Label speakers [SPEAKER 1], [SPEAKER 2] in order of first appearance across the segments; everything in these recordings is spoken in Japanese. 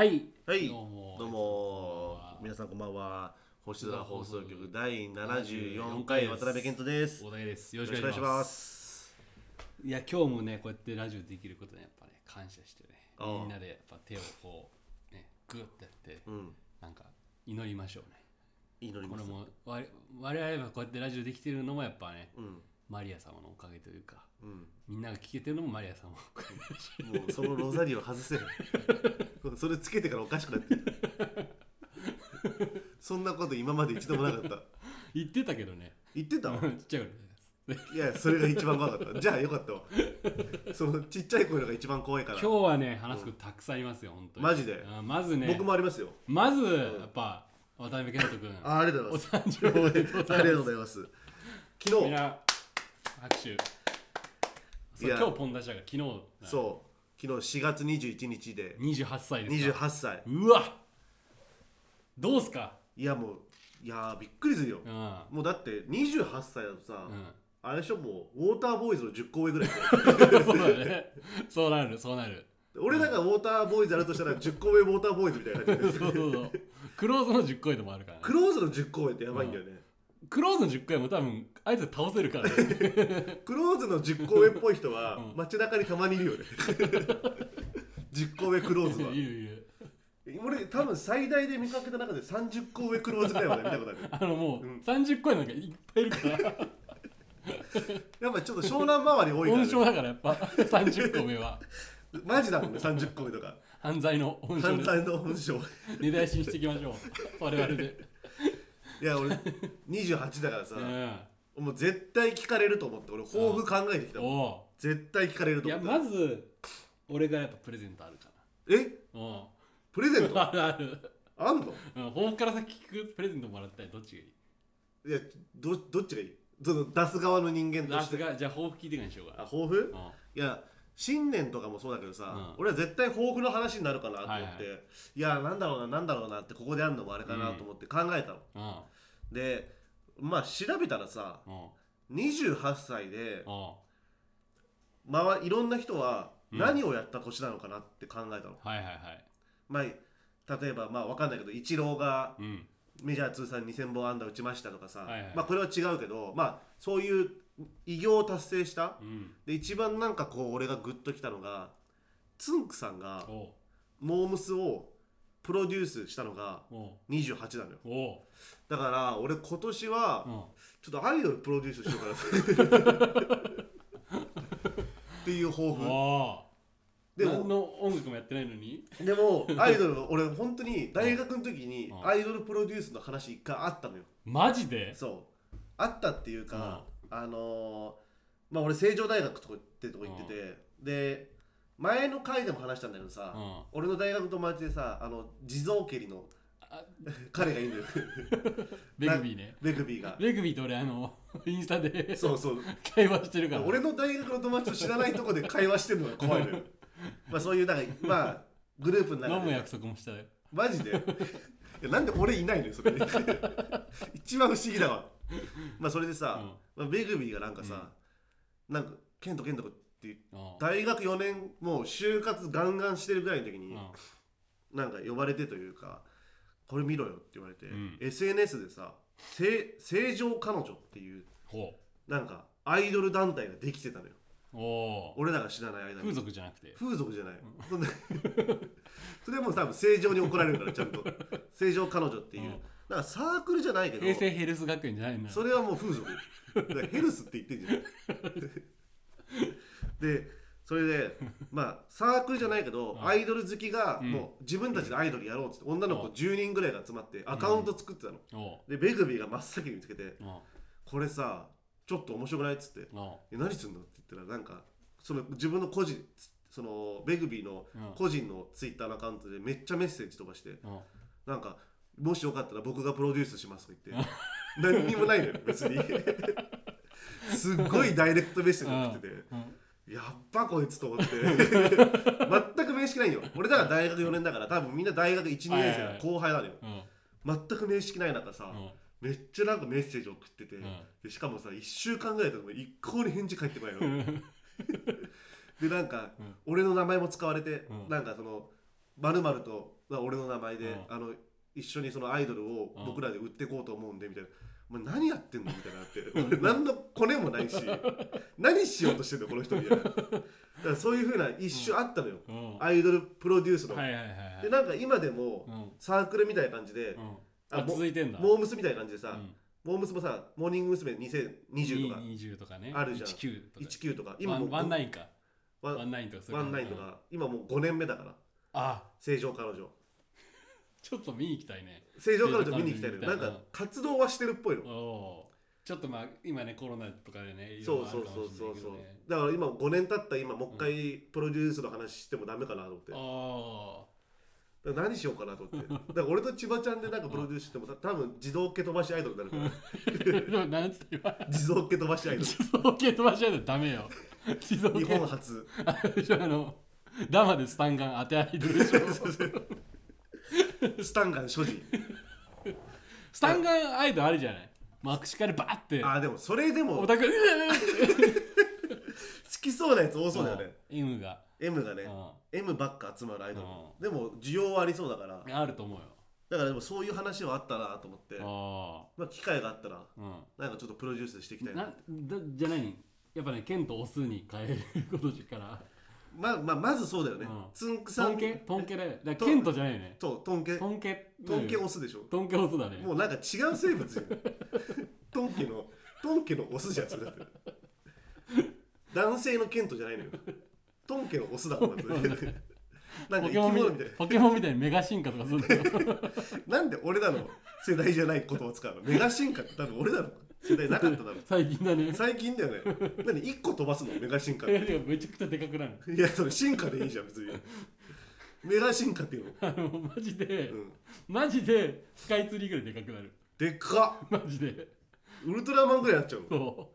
[SPEAKER 1] はい。
[SPEAKER 2] はい、
[SPEAKER 1] どうも
[SPEAKER 2] どうも皆さんこんばんは。星空放送局第74回渡辺健人です。よ
[SPEAKER 1] 大竹です。よ
[SPEAKER 2] ろ
[SPEAKER 1] ろしく
[SPEAKER 2] しくお
[SPEAKER 1] お願い
[SPEAKER 2] 願いし
[SPEAKER 1] し
[SPEAKER 2] ま
[SPEAKER 1] ます。
[SPEAKER 2] す。
[SPEAKER 1] いや、今日もね、こうやってラジオできることにやっぱね、感謝してね、
[SPEAKER 2] ああ
[SPEAKER 1] みんなでやっぱ手をこう、ね、グッてやって、
[SPEAKER 2] うん、
[SPEAKER 1] なんか祈りましょうね。
[SPEAKER 2] 祈り
[SPEAKER 1] こ
[SPEAKER 2] ま
[SPEAKER 1] れ
[SPEAKER 2] す。
[SPEAKER 1] も我我々がこうやってラジオできてるのもやっぱね、
[SPEAKER 2] うん、
[SPEAKER 1] マリア様のおかげというか、
[SPEAKER 2] うん、
[SPEAKER 1] みんなが聞けてるのもマリア様のおかげ だし。
[SPEAKER 2] もうそのロザリオ外せ。それつけてからおかしくなってる。そんなこと今まで一度もなかった。
[SPEAKER 1] 言ってたけどね、
[SPEAKER 2] 言っ て
[SPEAKER 1] ち
[SPEAKER 2] た
[SPEAKER 1] っちゃい頃です。
[SPEAKER 2] いや、それが一番怖かった。じゃあよかったわ。そのちっちゃい声のが一番怖いから。
[SPEAKER 1] 今日はね、話すことたくさんありますよ、本当に。
[SPEAKER 2] マジで
[SPEAKER 1] あまずね、
[SPEAKER 2] 僕もありますよ。
[SPEAKER 1] まず、やっぱ、渡辺健人君。
[SPEAKER 2] あありがとうございます。
[SPEAKER 1] お誕生日おめでとうございます
[SPEAKER 2] ありがとうございます。
[SPEAKER 1] み
[SPEAKER 2] 昨
[SPEAKER 1] ん
[SPEAKER 2] 日、
[SPEAKER 1] な拍手そう
[SPEAKER 2] いや
[SPEAKER 1] 今日ポン出したから昨日う
[SPEAKER 2] そう、昨日4月21日で
[SPEAKER 1] 28歳ですか
[SPEAKER 2] 28歳。
[SPEAKER 1] うわどうすか
[SPEAKER 2] いやもう、いやーびっくりするよ。
[SPEAKER 1] うん、う
[SPEAKER 2] もうだって28歳だとさ、
[SPEAKER 1] ん、
[SPEAKER 2] あれでしょ、もうウォーターボーイズの10個上ぐらい。
[SPEAKER 1] そうだねそうなるそうなる
[SPEAKER 2] 俺なんかウォーターボーイズあるとしたら10個上ウォーターボーイズみたいな
[SPEAKER 1] そ
[SPEAKER 2] 感
[SPEAKER 1] う
[SPEAKER 2] じ
[SPEAKER 1] そうそうクローズの10個でもあるから、
[SPEAKER 2] ク
[SPEAKER 1] ね、
[SPEAKER 2] ローズの10個上ってやばいんだよね。
[SPEAKER 1] クローズの10個でも多分あいつ倒せるから、ね、
[SPEAKER 2] クローズの10個上っぽい人は
[SPEAKER 1] うん
[SPEAKER 2] 街中にたまにいるよね。10個上クローズは。
[SPEAKER 1] いるいる
[SPEAKER 2] 俺多分最大で見かけた中で30個上クローズぐらいまで見たことある。
[SPEAKER 1] あのもう
[SPEAKER 2] うん
[SPEAKER 1] 30個なんかいっぱいいるから
[SPEAKER 2] やっぱちょっと湘南周り多いか
[SPEAKER 1] 温
[SPEAKER 2] ら、
[SPEAKER 1] 床
[SPEAKER 2] ね、
[SPEAKER 1] だからやっぱ30個目は
[SPEAKER 2] マジだもんね30個目とか
[SPEAKER 1] 犯罪の温床
[SPEAKER 2] 犯
[SPEAKER 1] です
[SPEAKER 2] 罪の本性
[SPEAKER 1] 根絶やしにしていきましょう我々で、
[SPEAKER 2] いや俺28だからさ
[SPEAKER 1] う、ん、
[SPEAKER 2] もう絶対聞かれると思って俺抱負考えてきた
[SPEAKER 1] お
[SPEAKER 2] もん
[SPEAKER 1] おう
[SPEAKER 2] 絶対聞かれると
[SPEAKER 1] い
[SPEAKER 2] 思
[SPEAKER 1] や
[SPEAKER 2] って
[SPEAKER 1] まず俺がやっぱプレゼントあるか
[SPEAKER 2] え
[SPEAKER 1] らうん
[SPEAKER 2] プレゼント
[SPEAKER 1] あるある
[SPEAKER 2] あんの
[SPEAKER 1] うん抱負から先聞くプレゼントもらったりどっちがいい
[SPEAKER 2] いやどどっちがいいその出す側の人間と
[SPEAKER 1] さ
[SPEAKER 2] して
[SPEAKER 1] すがじゃあ抱負聞いてからにしよう
[SPEAKER 2] あ
[SPEAKER 1] か
[SPEAKER 2] 抱負
[SPEAKER 1] うん
[SPEAKER 2] いや新年とかもそうだけどさ、
[SPEAKER 1] うん
[SPEAKER 2] 俺は絶対抱負の話になるかなと思って、
[SPEAKER 1] はいい
[SPEAKER 2] やなんだろうななんだろうなってここであるのもあれかなと思って考えたの、
[SPEAKER 1] うん
[SPEAKER 2] でまあ調べたらさ
[SPEAKER 1] うん
[SPEAKER 2] 28歳で、
[SPEAKER 1] うん
[SPEAKER 2] まあ、いろんな人は
[SPEAKER 1] うん
[SPEAKER 2] 何をやった年なのかなって考えたの、
[SPEAKER 1] はいはいはい
[SPEAKER 2] まあ、例えばまあ分かんないけどイチローが
[SPEAKER 1] うん
[SPEAKER 2] メジャー通算2000本安打打ちましたとかさ、
[SPEAKER 1] はいはい
[SPEAKER 2] まあ、これは違うけど、まあ、そういう偉業を達成した
[SPEAKER 1] うん
[SPEAKER 2] で一番なんかこう俺がグッときたのがつんくさんが
[SPEAKER 1] おう
[SPEAKER 2] モームスをプロデュースしたのが
[SPEAKER 1] おう
[SPEAKER 2] 28なのよ
[SPEAKER 1] おう
[SPEAKER 2] だから俺今年は
[SPEAKER 1] うん
[SPEAKER 2] ちょっとアイドルプロデュースしようかなっていう抱負
[SPEAKER 1] おう
[SPEAKER 2] でも
[SPEAKER 1] 何の音楽もやってないのに
[SPEAKER 2] でもアイドルの俺本当に大学の時に
[SPEAKER 1] うん
[SPEAKER 2] アイドルプロデュースの話一回あったのよ
[SPEAKER 1] マジで
[SPEAKER 2] そうあったっていうかあのーまあ俺成城大学とかってとこ行っててで前の回でも話したんだけど
[SPEAKER 1] うん
[SPEAKER 2] さ
[SPEAKER 1] あ
[SPEAKER 2] 俺の大学の友達でさあの地蔵蹴りの 彼がいる のよ
[SPEAKER 1] レグビーね
[SPEAKER 2] レグビーが
[SPEAKER 1] レグビーと俺あのインスタで
[SPEAKER 2] そうそう
[SPEAKER 1] 会話してるから
[SPEAKER 2] 俺の大学の友達と知らないとこで会話してるのが怖い のよまあそういうなんかまあグループの
[SPEAKER 1] 飲
[SPEAKER 2] 中
[SPEAKER 1] む
[SPEAKER 2] で
[SPEAKER 1] 約束もしたよ
[SPEAKER 2] マジでいやなんで俺いないのよ それ一番不思議だわまあそれで
[SPEAKER 1] うん
[SPEAKER 2] さ、まあ、ベグビーがなんかさ、なんかケントケントって
[SPEAKER 1] うん
[SPEAKER 2] 大学4年もう就活ガンガンしてるぐらいの時に、
[SPEAKER 1] うん
[SPEAKER 2] なんか呼ばれてというかこれ見ろよって言われて、
[SPEAKER 1] うん
[SPEAKER 2] SNS でさ「正正常彼女」っていう
[SPEAKER 1] ほ
[SPEAKER 2] なんかアイドル団体ができてたのよ
[SPEAKER 1] うおう
[SPEAKER 2] 俺らが知らない間
[SPEAKER 1] 風
[SPEAKER 2] に
[SPEAKER 1] 俗じゃなくて
[SPEAKER 2] 風俗じゃない、そんな それはもう多分正常に怒られるからちゃ んと正常彼女っていう、
[SPEAKER 1] うん
[SPEAKER 2] なんかサークルじゃないけど
[SPEAKER 1] 平成ヘルス学園じゃないんだ
[SPEAKER 2] それはもう風俗だからヘルスって言ってんじ ゃないでそれでまあサークルじゃないけど、
[SPEAKER 1] うん
[SPEAKER 2] アイドル好きが
[SPEAKER 1] うん
[SPEAKER 2] もう自分たちでアイドルやろうっつって女の子
[SPEAKER 1] うん
[SPEAKER 2] 10人ぐらいが集まってアカウント作ってたの、
[SPEAKER 1] おう
[SPEAKER 2] でベグビーが真っ先に見つけて
[SPEAKER 1] おう
[SPEAKER 2] 「これさちょっと面白くない?」っつって
[SPEAKER 1] おう
[SPEAKER 2] え何すんのって言ったらなんかその自分の個人そのベグビーの個人のツイッターのアカウントでめっちゃメッセージ飛ばして
[SPEAKER 1] おう
[SPEAKER 2] なんかもしよかったら僕がプロデュースしますと言って何にもない のよ別にすっごいダイレクトメッセージ送ってて
[SPEAKER 1] うん
[SPEAKER 2] やっぱこいつと思って全く面識ないよ俺だから大学4年だから多分みんな大学12年生
[SPEAKER 1] はいはいは
[SPEAKER 2] の
[SPEAKER 1] い
[SPEAKER 2] 後輩なのよ
[SPEAKER 1] うん
[SPEAKER 2] 全く面識ない中さめっちゃなんかメッセージ送ってて
[SPEAKER 1] うん
[SPEAKER 2] でしかもさ1週間ぐらい経っても一向に返事返ってこないの
[SPEAKER 1] うん
[SPEAKER 2] でなんか、
[SPEAKER 1] うん
[SPEAKER 2] 俺の名前も使われて、
[SPEAKER 1] うん
[SPEAKER 2] なんかそのまるとから俺の名前で、
[SPEAKER 1] う
[SPEAKER 2] あの一緒にそのアイドルを
[SPEAKER 1] うん
[SPEAKER 2] 僕らで売ってこうと思うんでみたいな。お前何やってんのみたいなって俺何のコネもないし何しようとしてんのこの人みたいなだからそういうふうな一瞬あったのよ、
[SPEAKER 1] うんは
[SPEAKER 2] アイドルプロデュース
[SPEAKER 1] い
[SPEAKER 2] の、
[SPEAKER 1] はいはいはい
[SPEAKER 2] でなんか今でも
[SPEAKER 1] うん
[SPEAKER 2] サークルみたいな感じで、
[SPEAKER 1] うん
[SPEAKER 2] あ
[SPEAKER 1] あ
[SPEAKER 2] も
[SPEAKER 1] 続いてんだ
[SPEAKER 2] モームスみたいな感じで
[SPEAKER 1] う
[SPEAKER 2] さ、
[SPEAKER 1] ん
[SPEAKER 2] モームスもさモーニング娘。2020とか
[SPEAKER 1] 20とかね
[SPEAKER 2] あるじゃん
[SPEAKER 1] 19とか
[SPEAKER 2] 19とか
[SPEAKER 1] ワ
[SPEAKER 2] 今も
[SPEAKER 1] ン
[SPEAKER 2] う
[SPEAKER 1] ワンナインか
[SPEAKER 2] ワン
[SPEAKER 1] ワンナインとかそうい
[SPEAKER 2] ワ
[SPEAKER 1] う
[SPEAKER 2] ン
[SPEAKER 1] 感じ
[SPEAKER 2] ナインとか今もう5年目だから
[SPEAKER 1] あ
[SPEAKER 2] 正常彼女
[SPEAKER 1] ちょっと見に行きたいね
[SPEAKER 2] 正常彼女見に行きたいの
[SPEAKER 1] 正常彼
[SPEAKER 2] よな
[SPEAKER 1] 女見に行き
[SPEAKER 2] ん
[SPEAKER 1] たい
[SPEAKER 2] か活動はしてるっぽいの
[SPEAKER 1] おおーちょっとまあ今ねコロナとかでね
[SPEAKER 2] そうそうそうそうそう
[SPEAKER 1] う
[SPEAKER 2] だから今5年経った今もう一回プロデュースの話してもダメかなと思って、
[SPEAKER 1] あ
[SPEAKER 2] だから何しようかなと思ってだから俺と千葉ちゃんでなんかプロデュースしてもさ多分自動蹴飛ばしアイドルになるか
[SPEAKER 1] あ なんつって今
[SPEAKER 2] ら自動蹴飛ばしアイ ド
[SPEAKER 1] 自動系飛ばし合いだとダメよ自動
[SPEAKER 2] ル日
[SPEAKER 1] 系
[SPEAKER 2] 本初
[SPEAKER 1] あれでしょあのダマでスタンガン当て合いでるでしょ
[SPEAKER 2] スタンガン所持
[SPEAKER 1] スタンガンアイドルあるじゃない握手からバーって
[SPEAKER 2] あーでもそれでも
[SPEAKER 1] オ
[SPEAKER 2] 好
[SPEAKER 1] タクうわー
[SPEAKER 2] きそうなやつ多そうだよね
[SPEAKER 1] うん M が
[SPEAKER 2] M がね
[SPEAKER 1] う
[SPEAKER 2] M ばっか集まるアイドルでも需要はありそうだから
[SPEAKER 1] んあると思うよ
[SPEAKER 2] だからでもそういう話はあったなと思って
[SPEAKER 1] あ
[SPEAKER 2] まあ機会があったら
[SPEAKER 1] あうん
[SPEAKER 2] なんかちょっとプロデュースしていきたいな
[SPEAKER 1] なだじゃないんやっぱね剣とオスに変えることから
[SPEAKER 2] まあまあまずそうだよね
[SPEAKER 1] うん
[SPEAKER 2] つんくさ
[SPEAKER 1] ト
[SPEAKER 2] ん
[SPEAKER 1] ンケトンケだよだか
[SPEAKER 2] ト
[SPEAKER 1] ら
[SPEAKER 2] ン
[SPEAKER 1] 剣とじゃないよね
[SPEAKER 2] とトンケ
[SPEAKER 1] トンケ
[SPEAKER 2] トンケ
[SPEAKER 1] うん
[SPEAKER 2] オスでしょ
[SPEAKER 1] トンケオスだね
[SPEAKER 2] もうなんか違う生物じゃん トンケのトンケのオスじゃんそれだって男性のケントじゃないのよトンケのオスだもんだって なん
[SPEAKER 1] ポ
[SPEAKER 2] か生き
[SPEAKER 1] ケモンみた
[SPEAKER 2] 物み
[SPEAKER 1] い
[SPEAKER 2] たい
[SPEAKER 1] ポケモンみたいにメガ進化とかするんだよ
[SPEAKER 2] なんで俺らの世代じゃない言葉使うのメガ進化って多分俺らの世代なかっただろ
[SPEAKER 1] 最近だね
[SPEAKER 2] 最近だよね何1個飛ばすのメガ進化 っ
[SPEAKER 1] いや
[SPEAKER 2] て
[SPEAKER 1] いやめちゃくちゃでかくなる
[SPEAKER 2] いやそれ進化でいいじゃん別にメガ進化っていうの、
[SPEAKER 1] あのマジで
[SPEAKER 2] うん、
[SPEAKER 1] マジでスカイツリーぐらいでかくなる
[SPEAKER 2] でっかっ
[SPEAKER 1] マジで
[SPEAKER 2] ウルトラマンぐらいになっちゃうの
[SPEAKER 1] そ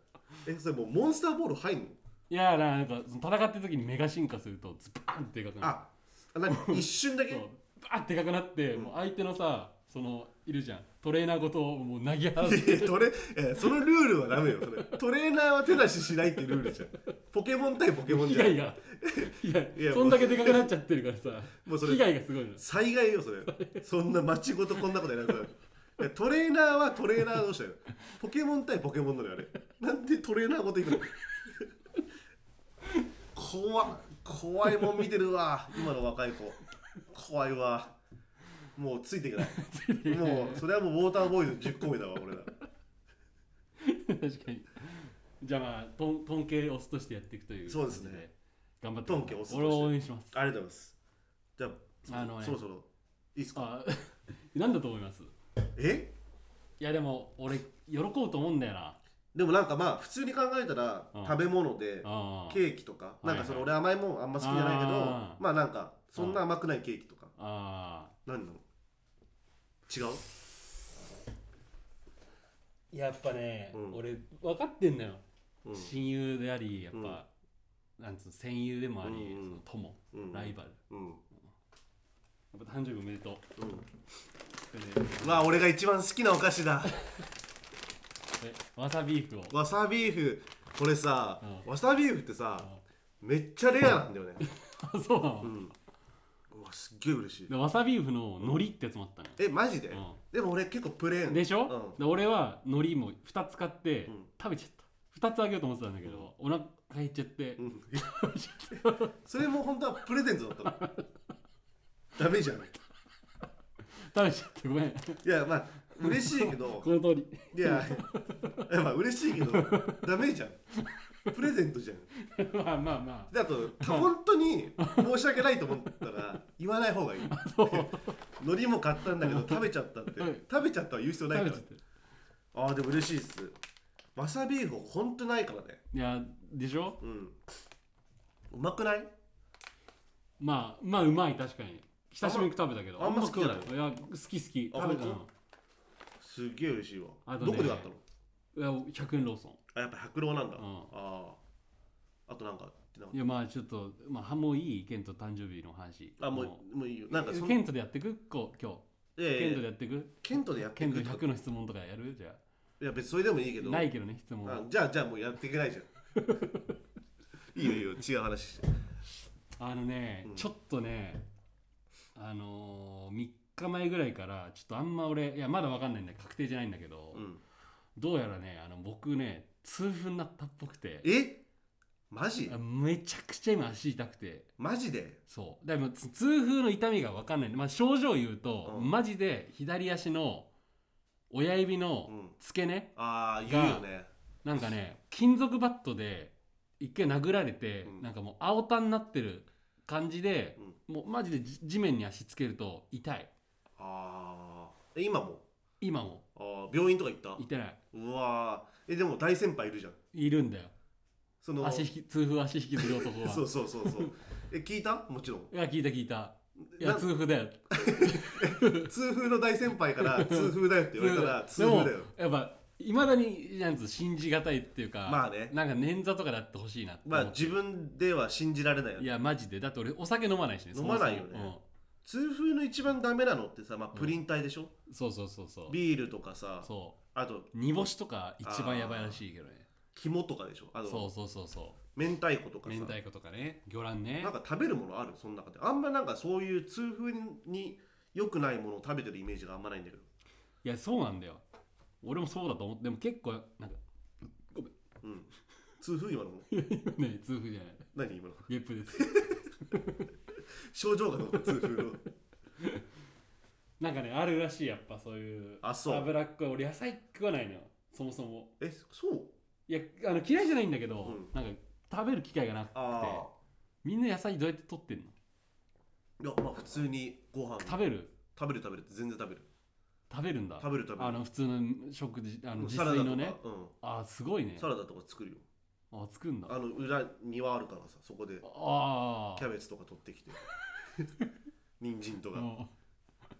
[SPEAKER 2] えそれもうモンスターボール入んの
[SPEAKER 1] ういやなんかその戦ってる時にメガ進化するとズバーンってでかくなる
[SPEAKER 2] あ何一瞬だけ
[SPEAKER 1] そうバーンってでかくなって、もう相手のさそのいるじゃんトレーナーごとをもう投げ払 って
[SPEAKER 2] いやトレえそのルールはダメよそれトレーナーは手出ししないっていうルールじゃんポケモン対ポケモン
[SPEAKER 1] 被
[SPEAKER 2] じゃん
[SPEAKER 1] 害が被 害
[SPEAKER 2] いや
[SPEAKER 1] そんだけでかくなっちゃってるからさ
[SPEAKER 2] もうそれ
[SPEAKER 1] 被害がすごいの
[SPEAKER 2] 災害よそれそんな街ごとこんなことやらなくなるいやトレーナーはトレーナー同士だよポケモン対ポケモンなのよあれなんでトレーナーごといくの怖っ怖いもん見てるわ今の若い子怖いわもうついていけないもうそれはもうウォーターボーイズ10個目だわ俺ら
[SPEAKER 1] 確かにじゃあまあトントン系オスとしてやっていくという
[SPEAKER 2] そうですね
[SPEAKER 1] 感じ頑張ってください
[SPEAKER 2] トンケオスとして
[SPEAKER 1] 俺を応援します
[SPEAKER 2] ありがとうございますじゃあ
[SPEAKER 1] あのね
[SPEAKER 2] そろそろいいっすか
[SPEAKER 1] あ なんだと思いますい
[SPEAKER 2] え
[SPEAKER 1] やでも俺喜ぶと思うんだよな
[SPEAKER 2] でもなんかまあ普通に考えたら
[SPEAKER 1] うん
[SPEAKER 2] 食べ物で
[SPEAKER 1] あー
[SPEAKER 2] ケーキとかなんかその
[SPEAKER 1] はい
[SPEAKER 2] 俺甘いもんあんま好きじゃないけど
[SPEAKER 1] あー
[SPEAKER 2] まあなんかそんな甘くないケーキとか
[SPEAKER 1] あ
[SPEAKER 2] 何なの違う
[SPEAKER 1] ーやっぱね、
[SPEAKER 2] うん
[SPEAKER 1] 俺分かってんだよ、
[SPEAKER 2] うん
[SPEAKER 1] 親友でありやっぱ、なんつうの戦友でもあり、
[SPEAKER 2] うんうん
[SPEAKER 1] その友
[SPEAKER 2] うん
[SPEAKER 1] ライバル
[SPEAKER 2] うん
[SPEAKER 1] やっぱ誕生日おめでとう
[SPEAKER 2] う
[SPEAKER 1] それで
[SPEAKER 2] んわあ俺が一番好きなお菓 子だ
[SPEAKER 1] えわさビーフを
[SPEAKER 2] わさビーフこれさ
[SPEAKER 1] う
[SPEAKER 2] わさビーフってさめっちゃレアなんだよね
[SPEAKER 1] あ そうなの、
[SPEAKER 2] うんうわすっげえ嬉しい
[SPEAKER 1] でわさビーフの海苔ってやつもあったのよ
[SPEAKER 2] えマジで
[SPEAKER 1] うん
[SPEAKER 2] でも俺結構プレーン
[SPEAKER 1] でしょ、
[SPEAKER 2] うん
[SPEAKER 1] で俺は海苔も2つ買って
[SPEAKER 2] うん
[SPEAKER 1] 食べちゃった2つあげようと思ってたんだけど、お腹減っちゃって、
[SPEAKER 2] うんそれも本当はプレゼントだったのダメじゃんい
[SPEAKER 1] 食べちゃってごめ ん
[SPEAKER 2] やまあ嬉しいけど
[SPEAKER 1] この通り
[SPEAKER 2] いやいやまあ嬉しいけどダメじゃんプレゼントじゃん
[SPEAKER 1] まあまあま
[SPEAKER 2] であと本当に申し訳ないと思ったら言わない方がいい 海苔も買ったんだけど食べちゃったって
[SPEAKER 1] うん
[SPEAKER 2] 食べちゃったは言う必要
[SPEAKER 1] あ
[SPEAKER 2] ない
[SPEAKER 1] 食べ
[SPEAKER 2] から
[SPEAKER 1] ちゃって
[SPEAKER 2] ああでも嬉しいっすわさビーフ本当ないからね
[SPEAKER 1] いやでしょ
[SPEAKER 2] うんうまくない
[SPEAKER 1] まあまあうまい確かに久しぶりに食べたけど
[SPEAKER 2] あんま好きじゃない
[SPEAKER 1] あんま食うのいや好き好き
[SPEAKER 2] あ
[SPEAKER 1] 食べた
[SPEAKER 2] 本
[SPEAKER 1] の
[SPEAKER 2] すっげえ嬉しいわ
[SPEAKER 1] あと
[SPEAKER 2] ど
[SPEAKER 1] ね
[SPEAKER 2] こで買ったの
[SPEAKER 1] いや100円ローソ
[SPEAKER 2] あやっぱ百郎なんだ、
[SPEAKER 1] うん
[SPEAKER 2] あああとなんかなん
[SPEAKER 1] ンい
[SPEAKER 2] か
[SPEAKER 1] やまあちょっとまあはもういいケント誕生日の話
[SPEAKER 2] あもうもういいよなんかその
[SPEAKER 1] ケントでやってくこう今
[SPEAKER 2] いやい
[SPEAKER 1] 日
[SPEAKER 2] やいや
[SPEAKER 1] ケントでやってく
[SPEAKER 2] ケントでやって
[SPEAKER 1] ケ
[SPEAKER 2] い
[SPEAKER 1] ント
[SPEAKER 2] くとか
[SPEAKER 1] 100の質問とかやるじゃ
[SPEAKER 2] いや別にそれでもいいけ
[SPEAKER 1] あ
[SPEAKER 2] ど
[SPEAKER 1] ないけどね質問
[SPEAKER 2] あ
[SPEAKER 1] は
[SPEAKER 2] じゃあじゃあもうやっていけないじゃ んいいよいいよ違う話して
[SPEAKER 1] あのね、
[SPEAKER 2] うん
[SPEAKER 1] ちょっとねあのー、3日前ぐらいからちょっとあんま俺いやまだわかんないんだ確定じゃないんだけど、
[SPEAKER 2] うん、
[SPEAKER 1] どうやらねあの僕ね痛風になったっぽくて
[SPEAKER 2] えマジ
[SPEAKER 1] あめちゃくちゃ今足痛くて
[SPEAKER 2] マジで
[SPEAKER 1] そうでもつ痛風の痛みが分かんないんで、まあ、症状を言うと、
[SPEAKER 2] うん
[SPEAKER 1] マジで左足の親指の
[SPEAKER 2] うん
[SPEAKER 1] 付け根、
[SPEAKER 2] ああ言うよね
[SPEAKER 1] なんかね金属バットで一回殴られて、
[SPEAKER 2] うん
[SPEAKER 1] なんかもう青たになってる感じで、もうマジでじ地面に足つけると痛い
[SPEAKER 2] あーえ今も
[SPEAKER 1] 今も
[SPEAKER 2] あー病院とか行った
[SPEAKER 1] 痛てないう
[SPEAKER 2] わーえでも大先輩いるじゃん
[SPEAKER 1] いるんだよ
[SPEAKER 2] その
[SPEAKER 1] 足引き痛風足引きずる男は
[SPEAKER 2] そうそうそうそうえ聞いたもちろん
[SPEAKER 1] いや聞いた聞いたいや
[SPEAKER 2] な
[SPEAKER 1] 痛風だよ
[SPEAKER 2] 痛風の大先輩から痛風だよって言われたら痛
[SPEAKER 1] でも
[SPEAKER 2] 風だよ
[SPEAKER 1] やっぱいまだになんつう信じがたいっていうか
[SPEAKER 2] まあね
[SPEAKER 1] なんか捻挫とかだってほしいなって思
[SPEAKER 2] ま
[SPEAKER 1] っ
[SPEAKER 2] あ
[SPEAKER 1] て
[SPEAKER 2] 自分では信じられないよ
[SPEAKER 1] い
[SPEAKER 2] ね
[SPEAKER 1] やマジでだって俺お酒飲まないしね
[SPEAKER 2] 飲まないよね
[SPEAKER 1] そもそも
[SPEAKER 2] 痛風の一番ダメなのってさ、まあ、プリン体でしょ、
[SPEAKER 1] うんそうそうそうそう
[SPEAKER 2] ビールとかさ
[SPEAKER 1] そ
[SPEAKER 2] あと
[SPEAKER 1] う煮干しとか一番やばいらしいけどね
[SPEAKER 2] 肝とかでしょあ
[SPEAKER 1] そ
[SPEAKER 2] と
[SPEAKER 1] うそうそうそ
[SPEAKER 2] 明太子と
[SPEAKER 1] う
[SPEAKER 2] かさ
[SPEAKER 1] 明太子とかね魚卵ね
[SPEAKER 2] なんか食べるものあるその中であんまなんかそういう痛風に良くないものを食べてるイメージがあんまないんだけど
[SPEAKER 1] いやそうなんだよ俺もそうだと思ってでも結構なんか
[SPEAKER 2] うん 痛風今の
[SPEAKER 1] 今ね痛風じゃない
[SPEAKER 2] 何今の
[SPEAKER 1] ゲップです
[SPEAKER 2] 症状がどうか痛風の
[SPEAKER 1] なんかねあるらしいやっぱそういう
[SPEAKER 2] あそう
[SPEAKER 1] 脂っこい俺野菜食わないのよそもそも
[SPEAKER 2] えそう
[SPEAKER 1] いやあの嫌いじゃないんだけど、
[SPEAKER 2] うん
[SPEAKER 1] なんか食べる機会がなくて
[SPEAKER 2] あ
[SPEAKER 1] みんな野菜どうやって取ってんの
[SPEAKER 2] あいやまあ普通にご飯
[SPEAKER 1] 食べる
[SPEAKER 2] 食べる食べる全然食べる
[SPEAKER 1] 食べるんだ
[SPEAKER 2] 食べる食べ
[SPEAKER 1] あ
[SPEAKER 2] る
[SPEAKER 1] の普通の食事あの自
[SPEAKER 2] サラダ
[SPEAKER 1] 炊
[SPEAKER 2] と
[SPEAKER 1] の
[SPEAKER 2] か、
[SPEAKER 1] ね
[SPEAKER 2] う
[SPEAKER 1] あーすごいね
[SPEAKER 2] ん、サラダとか作るよ
[SPEAKER 1] あ作るんだ
[SPEAKER 2] あの裏庭あるからさそこで
[SPEAKER 1] ああ
[SPEAKER 2] キャベツとか取ってき て人参とか、
[SPEAKER 1] うん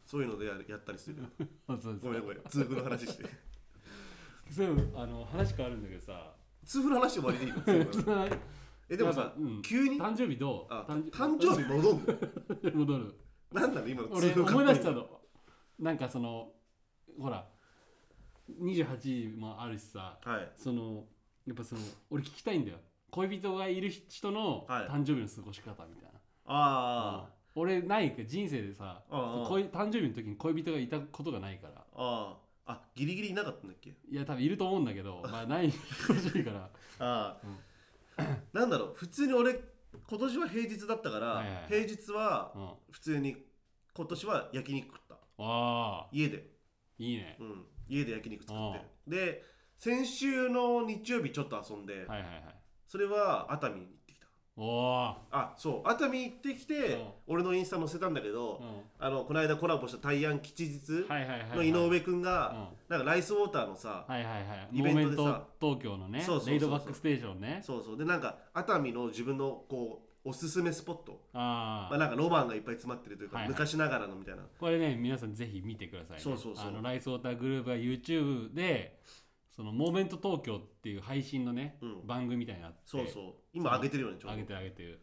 [SPEAKER 2] そういうのでややったりするよ
[SPEAKER 1] あそうです
[SPEAKER 2] ごめんごめん痛風の話して
[SPEAKER 1] そういうのあの話変わるんだけどさ
[SPEAKER 2] 痛風の話で終わりでいいの痛風の話 えでも
[SPEAKER 1] なん
[SPEAKER 2] さ
[SPEAKER 1] か、うん
[SPEAKER 2] 急に
[SPEAKER 1] 誕生日どう
[SPEAKER 2] あ誕生
[SPEAKER 1] 日
[SPEAKER 2] 日戻んの
[SPEAKER 1] 戻る
[SPEAKER 2] なんなの今の
[SPEAKER 1] 俺
[SPEAKER 2] 痛風
[SPEAKER 1] 思い出した
[SPEAKER 2] 勝
[SPEAKER 1] のなんかそのほら28もあるしさ
[SPEAKER 2] 手にはい
[SPEAKER 1] そのやっぱその俺聞きたいんだよ恋人がいる人の
[SPEAKER 2] はい
[SPEAKER 1] 誕生日の過ごし方みたいな、
[SPEAKER 2] あ
[SPEAKER 1] うん俺ないか人生でさ
[SPEAKER 2] あああ
[SPEAKER 1] 恋誕生日の時に恋人がいたことがないから
[SPEAKER 2] ああああギリギリいなかったんだっけ
[SPEAKER 1] いや多分いると思うんだけどまあ ないらしいから
[SPEAKER 2] ああ、 なんだろう普通に俺今年は平日だったから、
[SPEAKER 1] はいはいはい
[SPEAKER 2] 平日は
[SPEAKER 1] うんあ
[SPEAKER 2] 普通に今年は焼肉食った
[SPEAKER 1] あ
[SPEAKER 2] 家で
[SPEAKER 1] いいね
[SPEAKER 2] うん家で焼肉作っ
[SPEAKER 1] ああ
[SPEAKER 2] てで先週の日曜日ちょっと遊んで、
[SPEAKER 1] はいはいはい
[SPEAKER 2] それは熱海に行ってきた
[SPEAKER 1] おお
[SPEAKER 2] あそう熱海行ってきて
[SPEAKER 1] うん
[SPEAKER 2] 俺のインスタ載せたんだけど、
[SPEAKER 1] う
[SPEAKER 2] あのこの間コラボした「大安吉日
[SPEAKER 1] ん、はいはいはい、はい、
[SPEAKER 2] の井上くんが、
[SPEAKER 1] うん
[SPEAKER 2] なんかライスウォーターのさ、
[SPEAKER 1] はいはいはい
[SPEAKER 2] イ
[SPEAKER 1] モ
[SPEAKER 2] ベ
[SPEAKER 1] ーメ
[SPEAKER 2] ント
[SPEAKER 1] ン
[SPEAKER 2] でさ
[SPEAKER 1] ト東京のね
[SPEAKER 2] そうそうそうそう
[SPEAKER 1] レイドバックステーションね
[SPEAKER 2] そうそうでなんか熱海の自分のこうおすすめスポット
[SPEAKER 1] あ
[SPEAKER 2] ま
[SPEAKER 1] あ
[SPEAKER 2] あ、なんかロマンがいっぱい詰まってるというか、
[SPEAKER 1] はいはい
[SPEAKER 2] 昔ながらのみたいな
[SPEAKER 1] これね皆さんぜひ見てくださいね
[SPEAKER 2] そうそうそう
[SPEAKER 1] あのライスウォーターグループが YouTube でそのモーメント東京っていう配信のね、
[SPEAKER 2] うん
[SPEAKER 1] 番組みたいなのがあって
[SPEAKER 2] そうそう今上げてるよねちょ
[SPEAKER 1] 上
[SPEAKER 2] う
[SPEAKER 1] げてる上げてる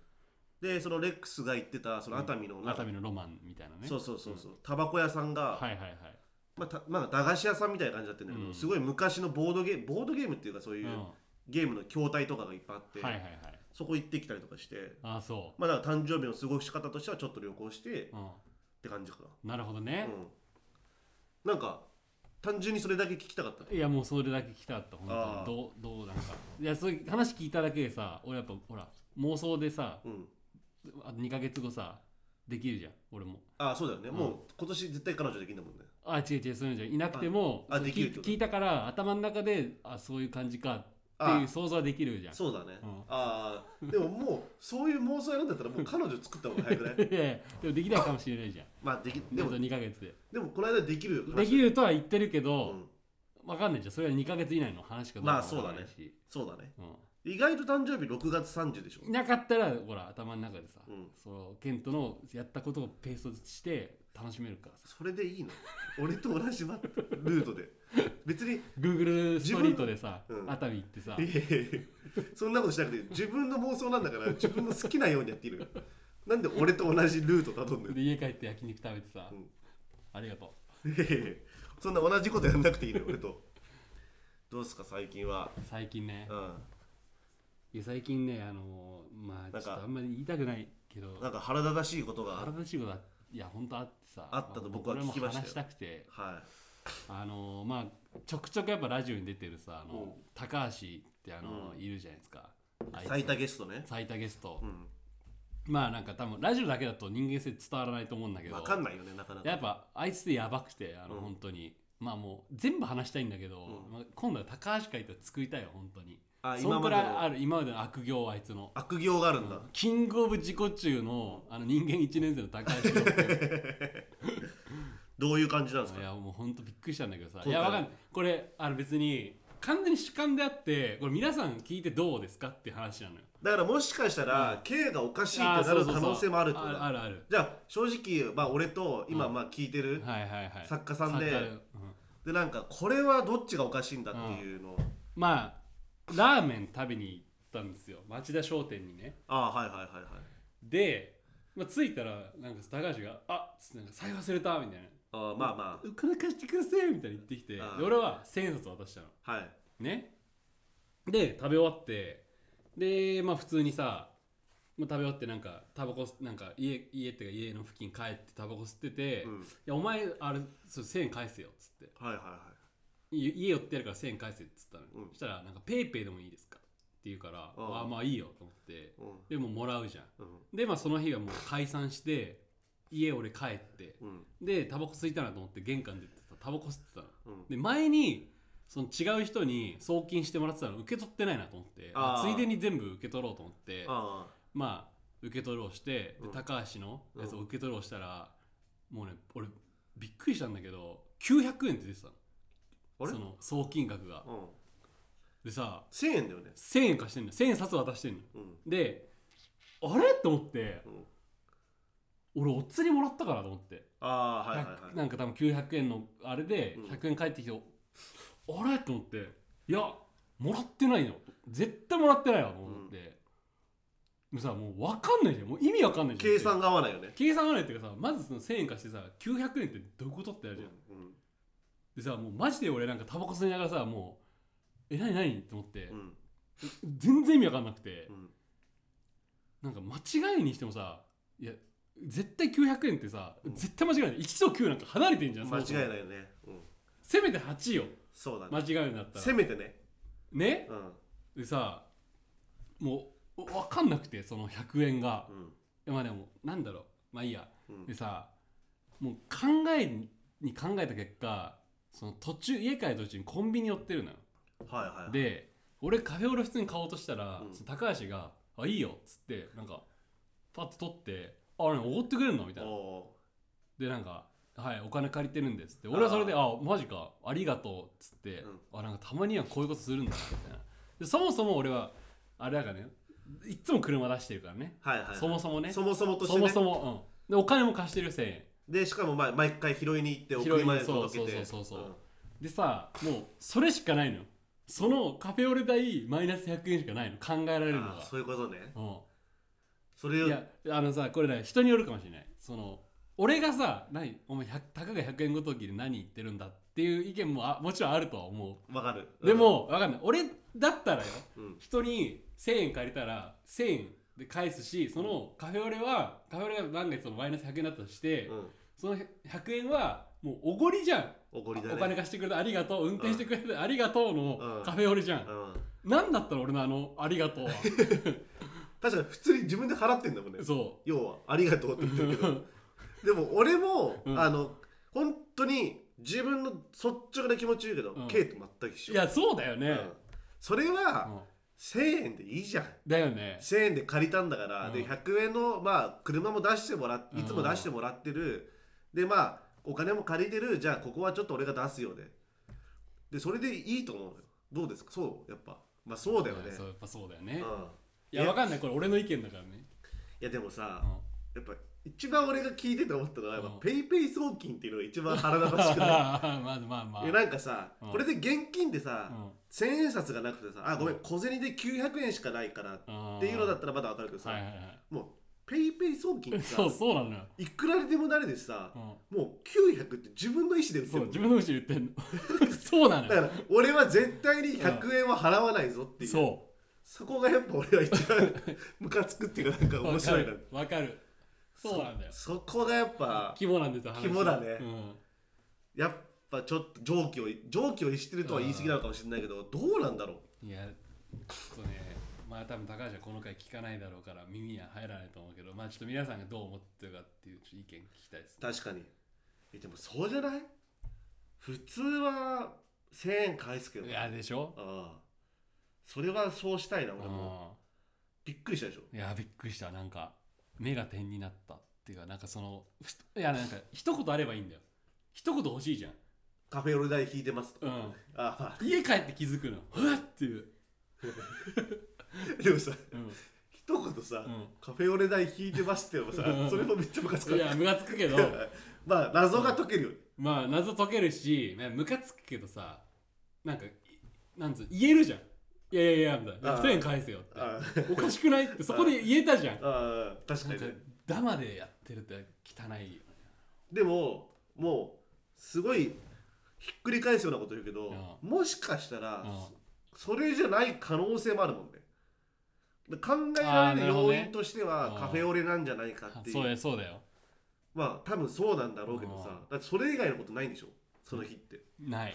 [SPEAKER 2] どでそのレックスが言ってたその熱海のなん
[SPEAKER 1] 熱
[SPEAKER 2] か、
[SPEAKER 1] 海のロマンみたいなね
[SPEAKER 2] そうそうそうそうタバコ屋さんが、
[SPEAKER 1] はいはいはい
[SPEAKER 2] まあ、たまあ駄菓子屋さんみたいな感じだったんだけど、
[SPEAKER 1] うん
[SPEAKER 2] すごい昔のボードゲームボードゲームっていうかそういうう、
[SPEAKER 1] ん、
[SPEAKER 2] ゲームの筐体とかがいっぱいあって、
[SPEAKER 1] はいはいはい
[SPEAKER 2] そこ行ってきたりとかして
[SPEAKER 1] ああそ
[SPEAKER 2] まあだから誕生日の過ごし方としてはちょっと旅行してっ
[SPEAKER 1] う、うん、
[SPEAKER 2] て感じか
[SPEAKER 1] なるほど
[SPEAKER 2] な、
[SPEAKER 1] ね
[SPEAKER 2] うん、、なんか単純にそれだけ聞きたかった
[SPEAKER 1] いやもうそれだけ聞きたかった本
[SPEAKER 2] ああ
[SPEAKER 1] 当にどうどうなんかいやそういう話聞いただけでさ俺やっぱほら妄想でさ
[SPEAKER 2] うん
[SPEAKER 1] あと2ヶ月後さできるじゃん俺も
[SPEAKER 2] ああそうだよね、
[SPEAKER 1] うん
[SPEAKER 2] もう今年絶対彼女できんだもんね
[SPEAKER 1] あ違う違うそういうんじゃんいなくても
[SPEAKER 2] ああ
[SPEAKER 1] そう
[SPEAKER 2] できるって
[SPEAKER 1] 聞
[SPEAKER 2] こ
[SPEAKER 1] い
[SPEAKER 2] と
[SPEAKER 1] 聞いたから頭の中であそういう感じかって
[SPEAKER 2] あ
[SPEAKER 1] いう想像はできるじゃん
[SPEAKER 2] そうだね、
[SPEAKER 1] うん
[SPEAKER 2] ああでももうそういう妄想やるんだったらもう彼女作った方が早 くない
[SPEAKER 1] いやいやでもできないかもしれないじゃん
[SPEAKER 2] まあできで
[SPEAKER 1] でも
[SPEAKER 2] も
[SPEAKER 1] 2ヶ月で
[SPEAKER 2] でもこの間できる話
[SPEAKER 1] できるとは言ってるけ
[SPEAKER 2] う
[SPEAKER 1] ど、
[SPEAKER 2] ん、
[SPEAKER 1] わかんないじゃんそれは2ヶ月以内の話かどうか
[SPEAKER 2] まあ
[SPEAKER 1] わかんないし、
[SPEAKER 2] そうだね
[SPEAKER 1] うん
[SPEAKER 2] 意外と誕生日6月30でしょ
[SPEAKER 1] いなかったらほら頭の中でさ、
[SPEAKER 2] うん
[SPEAKER 1] そのケントのやったことをペーストして楽しめるからさ
[SPEAKER 2] それでいいの俺と同じルートで別に
[SPEAKER 1] Google ストリートでさ、
[SPEAKER 2] 自分うん
[SPEAKER 1] 熱海行ってさ
[SPEAKER 2] いやいやいや そんなことしなくて自分の妄想なんだから自分の好きなようにやっているなんで俺と同じルートたどんのよ
[SPEAKER 1] で家帰って焼肉食べてさ、
[SPEAKER 2] うん
[SPEAKER 1] ありがと
[SPEAKER 2] いやいやいや そんな同じことやんなくていいのよ俺とどうすか最近は
[SPEAKER 1] う最近ね
[SPEAKER 2] うん
[SPEAKER 1] いや最近ねあのーまあ
[SPEAKER 2] なんか
[SPEAKER 1] ちょっとあんまり言いたくないけど
[SPEAKER 2] なんか腹立たしいことがあ
[SPEAKER 1] 腹
[SPEAKER 2] っ
[SPEAKER 1] 立たしいことはいや本当あってさ
[SPEAKER 2] あったと僕は聞きまし
[SPEAKER 1] 俺も
[SPEAKER 2] たよ
[SPEAKER 1] 話したくて
[SPEAKER 2] は
[SPEAKER 1] あのーまあちょくちょくやっぱラジオに出てるさあの、
[SPEAKER 2] うん
[SPEAKER 1] 高橋ってあのー、
[SPEAKER 2] うん
[SPEAKER 1] いるじゃないですかあい
[SPEAKER 2] い
[SPEAKER 1] つ
[SPEAKER 2] 最多ゲストね
[SPEAKER 1] 最多ゲスト
[SPEAKER 2] う、
[SPEAKER 1] まあなんか多分ラジオだけだと人間性伝わらないと思うんだけ
[SPEAKER 2] ん
[SPEAKER 1] ど
[SPEAKER 2] わかんないよねなかなか
[SPEAKER 1] やっぱあいつでやばくてあの、
[SPEAKER 2] うん
[SPEAKER 1] 本当にまあもう全部話したいんだけど、
[SPEAKER 2] うん
[SPEAKER 1] まあ、今度は高橋海人作りたいよ本当に
[SPEAKER 2] あ
[SPEAKER 1] そ
[SPEAKER 2] 今
[SPEAKER 1] んく
[SPEAKER 2] まで
[SPEAKER 1] らいあ
[SPEAKER 2] の
[SPEAKER 1] る今までの悪行あいつの
[SPEAKER 2] 悪行があるんだ、
[SPEAKER 1] キングオブ自己中のあの人間1年生の高橋君って
[SPEAKER 2] どういう感じなんです
[SPEAKER 1] い
[SPEAKER 2] か
[SPEAKER 1] やもうほんとびっくりしたんだけどさい
[SPEAKER 2] 今回
[SPEAKER 1] やわかんないこれあの別に完全に主観であってこれ皆さん聞いてどうですかっていう話なのよ
[SPEAKER 2] だからもしかしたら、K がおかしいってなる可能性もあるって
[SPEAKER 1] あ
[SPEAKER 2] こと
[SPEAKER 1] そうそうそう
[SPEAKER 2] だ
[SPEAKER 1] あるある
[SPEAKER 2] じゃあ正直、まあ、俺と今、
[SPEAKER 1] うん
[SPEAKER 2] まあ聞いてる、
[SPEAKER 1] あるはいはいはい
[SPEAKER 2] 作家さんで
[SPEAKER 1] 作家うん
[SPEAKER 2] でなんかこれはどっちがおかしいんだっていうのを、
[SPEAKER 1] まあラーメン食べに行ったんですよ町田商店にね
[SPEAKER 2] ああはいはいはいはい
[SPEAKER 1] で、まあ、着いたらなんか高橋が「あっなんか財布忘れた」みたいな
[SPEAKER 2] あーまあ
[SPEAKER 1] 「
[SPEAKER 2] ま
[SPEAKER 1] これ貸してください」みたいに言ってきてで
[SPEAKER 2] あー
[SPEAKER 1] 俺は1000円札渡したの
[SPEAKER 2] あはい
[SPEAKER 1] ねで食べ終わってでまあ普通にさもう食べ終わってなんかタバコ吸なんか家家っていうか家の付近帰ってタバコ吸ってて「
[SPEAKER 2] うん
[SPEAKER 1] いやお前あれそう1000円返せよ」っつって
[SPEAKER 2] はいはいはい
[SPEAKER 1] 「い家寄ってやるから1000円返せ」っつったの、
[SPEAKER 2] うん
[SPEAKER 1] そしたら「なんかペイペイでもいいですか?」って言うから「
[SPEAKER 2] ああ
[SPEAKER 1] ああまあいいよ」と思って
[SPEAKER 2] う
[SPEAKER 1] でももらうじゃん
[SPEAKER 2] んうん
[SPEAKER 1] でまあその日はもう解散して家俺帰って
[SPEAKER 2] うん
[SPEAKER 1] でタバコ吸いたいなと思って玄関出てさタバコ吸ってたの
[SPEAKER 2] うん
[SPEAKER 1] で前にその違う人に送金してもらってたの受け取ってないなと思って
[SPEAKER 2] あー
[SPEAKER 1] ついでに全部受け取ろうと思って
[SPEAKER 2] あ
[SPEAKER 1] まあ受け取ろうして、
[SPEAKER 2] うん
[SPEAKER 1] で高橋のやつを受け取ろうしたら、もうね俺びっくりしたんだけど900円って出てたの
[SPEAKER 2] ああれ
[SPEAKER 1] その送金額が
[SPEAKER 2] うん
[SPEAKER 1] でさ
[SPEAKER 2] 1000円だよね
[SPEAKER 1] 1000円貸してんの1000円札渡してんの
[SPEAKER 2] うん
[SPEAKER 1] であれと思って
[SPEAKER 2] うん
[SPEAKER 1] 俺お釣りもらったからと思って、
[SPEAKER 2] ああはいはい
[SPEAKER 1] 100
[SPEAKER 2] は
[SPEAKER 1] なんか多分900円のあれで
[SPEAKER 2] うん
[SPEAKER 1] 100円返ってきて、あれと思っていやもらってないよ絶対もらってないよと思って、でもさもう分かんないじゃんもう意味分かんない
[SPEAKER 2] い
[SPEAKER 1] じゃん
[SPEAKER 2] 計算が合わないよね
[SPEAKER 1] 計算がないっていうかさまずその1000円貸してさ900円ってどういうことってあ
[SPEAKER 2] う
[SPEAKER 1] る
[SPEAKER 2] ん
[SPEAKER 1] じゃん、
[SPEAKER 2] うん
[SPEAKER 1] でさもうマジで俺なんかタバコ吸いながらさもうえ何何って思って、
[SPEAKER 2] うん
[SPEAKER 1] 全然意味分かんなくて、
[SPEAKER 2] うん
[SPEAKER 1] なんか間違いにしてもさいや絶対900円ってさ、
[SPEAKER 2] うん
[SPEAKER 1] 絶対間違いない1と9なんか離れてんじゃん
[SPEAKER 2] 間違い
[SPEAKER 1] い
[SPEAKER 2] ないよねうん
[SPEAKER 1] せめて8よ
[SPEAKER 2] そうだ
[SPEAKER 1] 間
[SPEAKER 2] ね
[SPEAKER 1] 違うんだった
[SPEAKER 2] せ
[SPEAKER 1] ら
[SPEAKER 2] めてね
[SPEAKER 1] ね
[SPEAKER 2] うん
[SPEAKER 1] でさもう分かんなくてその100円が
[SPEAKER 2] うん
[SPEAKER 1] まあでもなんだろうまあいいや
[SPEAKER 2] うん
[SPEAKER 1] でさもう考えに考えた結果その途中家帰る途中にコンビニ寄ってるのよ
[SPEAKER 2] はいはいはい
[SPEAKER 1] で俺カフェオレ普通に買おうとしたら、
[SPEAKER 2] うん
[SPEAKER 1] その高橋が「あいいよ」っつってなんかパッと取って「あれおごってくれるの?」みたいな
[SPEAKER 2] おー
[SPEAKER 1] でなんか「はいお金借りてるんです」って俺はそれで「
[SPEAKER 2] あ
[SPEAKER 1] あマジかありがとう」っつって、
[SPEAKER 2] うん
[SPEAKER 1] あなんかたまにはこういうことするんだなみたいなでそもそも俺はあれだからねいっつも車出してるからね、
[SPEAKER 2] はいはいはい
[SPEAKER 1] そもそもね
[SPEAKER 2] そもそもとして
[SPEAKER 1] そ
[SPEAKER 2] ね
[SPEAKER 1] もそも、うん、でお金も貸してるよ1000円
[SPEAKER 2] でしかもまあ毎回拾いに行って送りまで届けて
[SPEAKER 1] 拾いにそうそうそうそうでさもうそれしかないのよそのカフェオレ代マイナス100円しかないの考えられ
[SPEAKER 2] う
[SPEAKER 1] る
[SPEAKER 2] ん
[SPEAKER 1] の
[SPEAKER 2] あ
[SPEAKER 1] が
[SPEAKER 2] ーそういうことね
[SPEAKER 1] うん
[SPEAKER 2] それを
[SPEAKER 1] いやあのさこれね人によるかもしれないその俺がさ何お前100たかが100円ごときで何言ってるんだっていう意見もあもちろんあるとは思
[SPEAKER 2] わかる
[SPEAKER 1] うでも、わかんない俺だったらよ
[SPEAKER 2] うん
[SPEAKER 1] 人に1000円借りたら1000円で返すしそのカフェオレはカフェオレが万が一そのマイナス100円だったとして、
[SPEAKER 2] うん
[SPEAKER 1] その100円はもうおごりじゃん
[SPEAKER 2] おごりだね
[SPEAKER 1] お金貸してくれてありがとう運転してくれてありがとう
[SPEAKER 2] う
[SPEAKER 1] の
[SPEAKER 2] ん
[SPEAKER 1] カフェオレじゃん、
[SPEAKER 2] うん
[SPEAKER 1] なんだったら俺のあのありが とうは
[SPEAKER 2] 確かに普通に自分で払ってんだもんね
[SPEAKER 1] そ
[SPEAKER 2] 要はありがとうって言ってるけ どでも俺も、
[SPEAKER 1] うん
[SPEAKER 2] あの本当に自分の率直な気持ち言うけど、
[SPEAKER 1] うん
[SPEAKER 2] K と全く一
[SPEAKER 1] う
[SPEAKER 2] 緒
[SPEAKER 1] いやそうだよね、
[SPEAKER 2] うんそれは、
[SPEAKER 1] うん
[SPEAKER 2] 1000円でいいじゃん
[SPEAKER 1] だよね
[SPEAKER 2] 1000円で借りたんだから、
[SPEAKER 1] うん
[SPEAKER 2] で100円のまあ車も出してもらっ
[SPEAKER 1] うん
[SPEAKER 2] いつも出してもらってる、でまあお金も借りてるじゃあここはちょっと俺が出すよねでそれでいいと思うのよどうですかそうやっぱまあそうだよね
[SPEAKER 1] そうやっぱそうだよ
[SPEAKER 2] うん
[SPEAKER 1] ね、
[SPEAKER 2] い
[SPEAKER 1] いやわかんないこれ俺の意見だからね、
[SPEAKER 2] やでもさ、
[SPEAKER 1] うん
[SPEAKER 2] やっぱ一番俺が聞いてて思ったのは、やっ
[SPEAKER 1] うん
[SPEAKER 2] ぱペイペイ送金っていうのが一番腹立たしく ない
[SPEAKER 1] まあまあまあ
[SPEAKER 2] いやなんかさ、
[SPEAKER 1] うん
[SPEAKER 2] これで現金でさ、
[SPEAKER 1] うん
[SPEAKER 2] 千円札がなくてさあごめん小銭で900円しかないからっ
[SPEAKER 1] うん
[SPEAKER 2] ていうのだったらまだ分かるけどさ、
[SPEAKER 1] はいはいは
[SPEAKER 2] もうペイペイ送金っ
[SPEAKER 1] い
[SPEAKER 2] てさ
[SPEAKER 1] そうそうなのよ、
[SPEAKER 2] いくらでもなれでさ
[SPEAKER 1] う、
[SPEAKER 2] もう900って自分の意思で売
[SPEAKER 1] ん、
[SPEAKER 2] って
[SPEAKER 1] そ
[SPEAKER 2] る
[SPEAKER 1] う
[SPEAKER 2] もん
[SPEAKER 1] 自分の口で言ってん のそうなの
[SPEAKER 2] だか
[SPEAKER 1] よ
[SPEAKER 2] ら俺は絶対に100円は払わないぞっていう、
[SPEAKER 1] そ
[SPEAKER 2] そこがやっぱ俺は一番ムカつくっていうかなんか
[SPEAKER 1] う
[SPEAKER 2] 面白いな
[SPEAKER 1] わかるわかるそうなんだよ
[SPEAKER 2] そこがやっぱ
[SPEAKER 1] 肝なんですよ話
[SPEAKER 2] 肝だね
[SPEAKER 1] うん
[SPEAKER 2] やっぱちょっと常軌を常軌を逸してるとは言い過ぎなのかもしれないけどどうなんだろう
[SPEAKER 1] いや、ちょっとね、まあ多分高橋はこの回聞かないだろうから耳には入らないと思うけど、まあちょっと皆さんがどう思ってるかっていうちょっと意見聞きたいですね。
[SPEAKER 2] 確かにえでもそうじゃない普通は1000円返すけど
[SPEAKER 1] いや、でしょ
[SPEAKER 2] ああそれはそうしたいな
[SPEAKER 1] う
[SPEAKER 2] 俺も
[SPEAKER 1] ん。
[SPEAKER 2] びっくりしたでしょ
[SPEAKER 1] いや、びっくりした。なんか、目が点になったっていうか、なんかその、ふといや、なんか、一言あればいいんだよ。一言欲しいじゃん。
[SPEAKER 2] カフェオレ代引いてますと
[SPEAKER 1] う
[SPEAKER 2] か、
[SPEAKER 1] ん。
[SPEAKER 2] ああま
[SPEAKER 1] 家帰って気づくの。うわっっていう。
[SPEAKER 2] あでもさ
[SPEAKER 1] うん。
[SPEAKER 2] 一言さ、
[SPEAKER 1] うん
[SPEAKER 2] カフェオレ代引いてますってのもさ
[SPEAKER 1] うん
[SPEAKER 2] それもめっちゃムカつく
[SPEAKER 1] いや、ムカつくけど、
[SPEAKER 2] まあ謎が解けるよね、
[SPEAKER 1] まあ謎解けるし、まあムカつくけどさ、なんか、いなんつう、言えるじゃん。いやいやいや、みたいな。
[SPEAKER 2] あー
[SPEAKER 1] 1000円返せよって。
[SPEAKER 2] あ
[SPEAKER 1] おかしくないってそこで言えたじゃん。
[SPEAKER 2] あああ
[SPEAKER 1] な
[SPEAKER 2] 確か
[SPEAKER 1] ん
[SPEAKER 2] に
[SPEAKER 1] か
[SPEAKER 2] ね
[SPEAKER 1] ダマでやってるって汚いよね。
[SPEAKER 2] でももうすごいひっくり返すようなこと言うけど、
[SPEAKER 1] ああ
[SPEAKER 2] もしかしたら、
[SPEAKER 1] ああ
[SPEAKER 2] それじゃない可能性もあるもんねで考え
[SPEAKER 1] あ
[SPEAKER 2] ら
[SPEAKER 1] あ
[SPEAKER 2] れ
[SPEAKER 1] な
[SPEAKER 2] る
[SPEAKER 1] るほど
[SPEAKER 2] 要
[SPEAKER 1] ね
[SPEAKER 2] 因として
[SPEAKER 1] あ
[SPEAKER 2] は
[SPEAKER 1] あ
[SPEAKER 2] カフェオレなんじゃないかっていう
[SPEAKER 1] そうやそうだよ。
[SPEAKER 2] まあ多分そうなんだろうけどさ
[SPEAKER 1] あ
[SPEAKER 2] だってそれ以外のことないんでしょその日って
[SPEAKER 1] ない。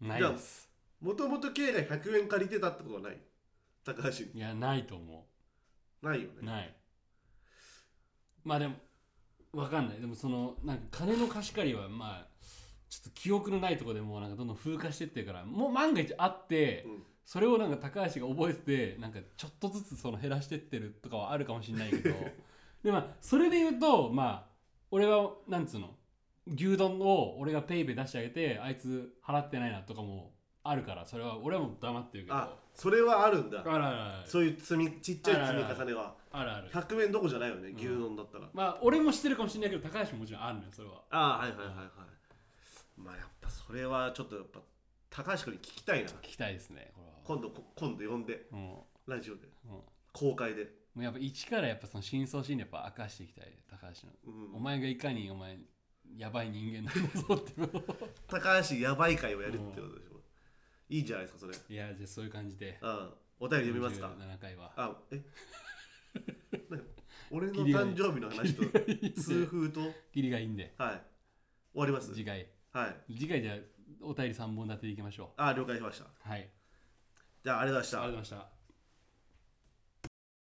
[SPEAKER 1] ないです。
[SPEAKER 2] もともと K が100円借りてたってことはない高橋に
[SPEAKER 1] いや、ないと思
[SPEAKER 2] ないよ
[SPEAKER 1] う。
[SPEAKER 2] ね
[SPEAKER 1] ない。まあでも、わかんない。でもその、なんか金の貸し借りは、まあ、ちょっと記憶のないところでもうなんかどんどん風化してってるから、もう万が一あって、
[SPEAKER 2] うん
[SPEAKER 1] それをなんか高橋が覚えてて、なんかちょっとずつその減らしてってるとかはあるかもしれないけ ど、でまあそれで言うとまあ俺はなんつうの牛丼を俺がペイペイ出してあげてあいつ払ってないなとかもあるからそれは俺はもう黙ってるけど
[SPEAKER 2] あ
[SPEAKER 1] あ
[SPEAKER 2] それはあるんだ
[SPEAKER 1] るあるある
[SPEAKER 2] そういう積みちっちゃい積み重ねは
[SPEAKER 1] あるある
[SPEAKER 2] 100円どこじゃないよね
[SPEAKER 1] ん
[SPEAKER 2] 牛丼だったら、
[SPEAKER 1] まあ俺も知ってるかもしれないけど高橋ももちろんあるのよそれは
[SPEAKER 2] ああはいはいはいはいまあやっぱそれはちょっとやっぱ高橋君に聞きたいな
[SPEAKER 1] 聞きたいですねこ
[SPEAKER 2] 今度こ今度呼んで
[SPEAKER 1] れはも
[SPEAKER 2] ラジオで
[SPEAKER 1] う、うん、も
[SPEAKER 2] 公開で、
[SPEAKER 1] うやっぱ一からやっぱその真相心理やっぱ明かしていきたい高橋の、
[SPEAKER 2] うん
[SPEAKER 1] お前がいかにお前やばい人間なんだぞっていうのを
[SPEAKER 2] 高橋やばい会をやるってことでしょ、いいじゃないですかそれ
[SPEAKER 1] いやじゃあそういう感じで
[SPEAKER 2] うんお便り読みますか
[SPEAKER 1] 7回は
[SPEAKER 2] あえ な俺の誕生日の話と痛風と
[SPEAKER 1] ギリがいいんで
[SPEAKER 2] はい終わります
[SPEAKER 1] 次回
[SPEAKER 2] はい
[SPEAKER 1] 次回じゃあお便り3本立てでいきましょ
[SPEAKER 2] あ了解しました
[SPEAKER 1] うはい
[SPEAKER 2] じゃあありがとうございまし
[SPEAKER 1] あ
[SPEAKER 2] た
[SPEAKER 1] りがとうございました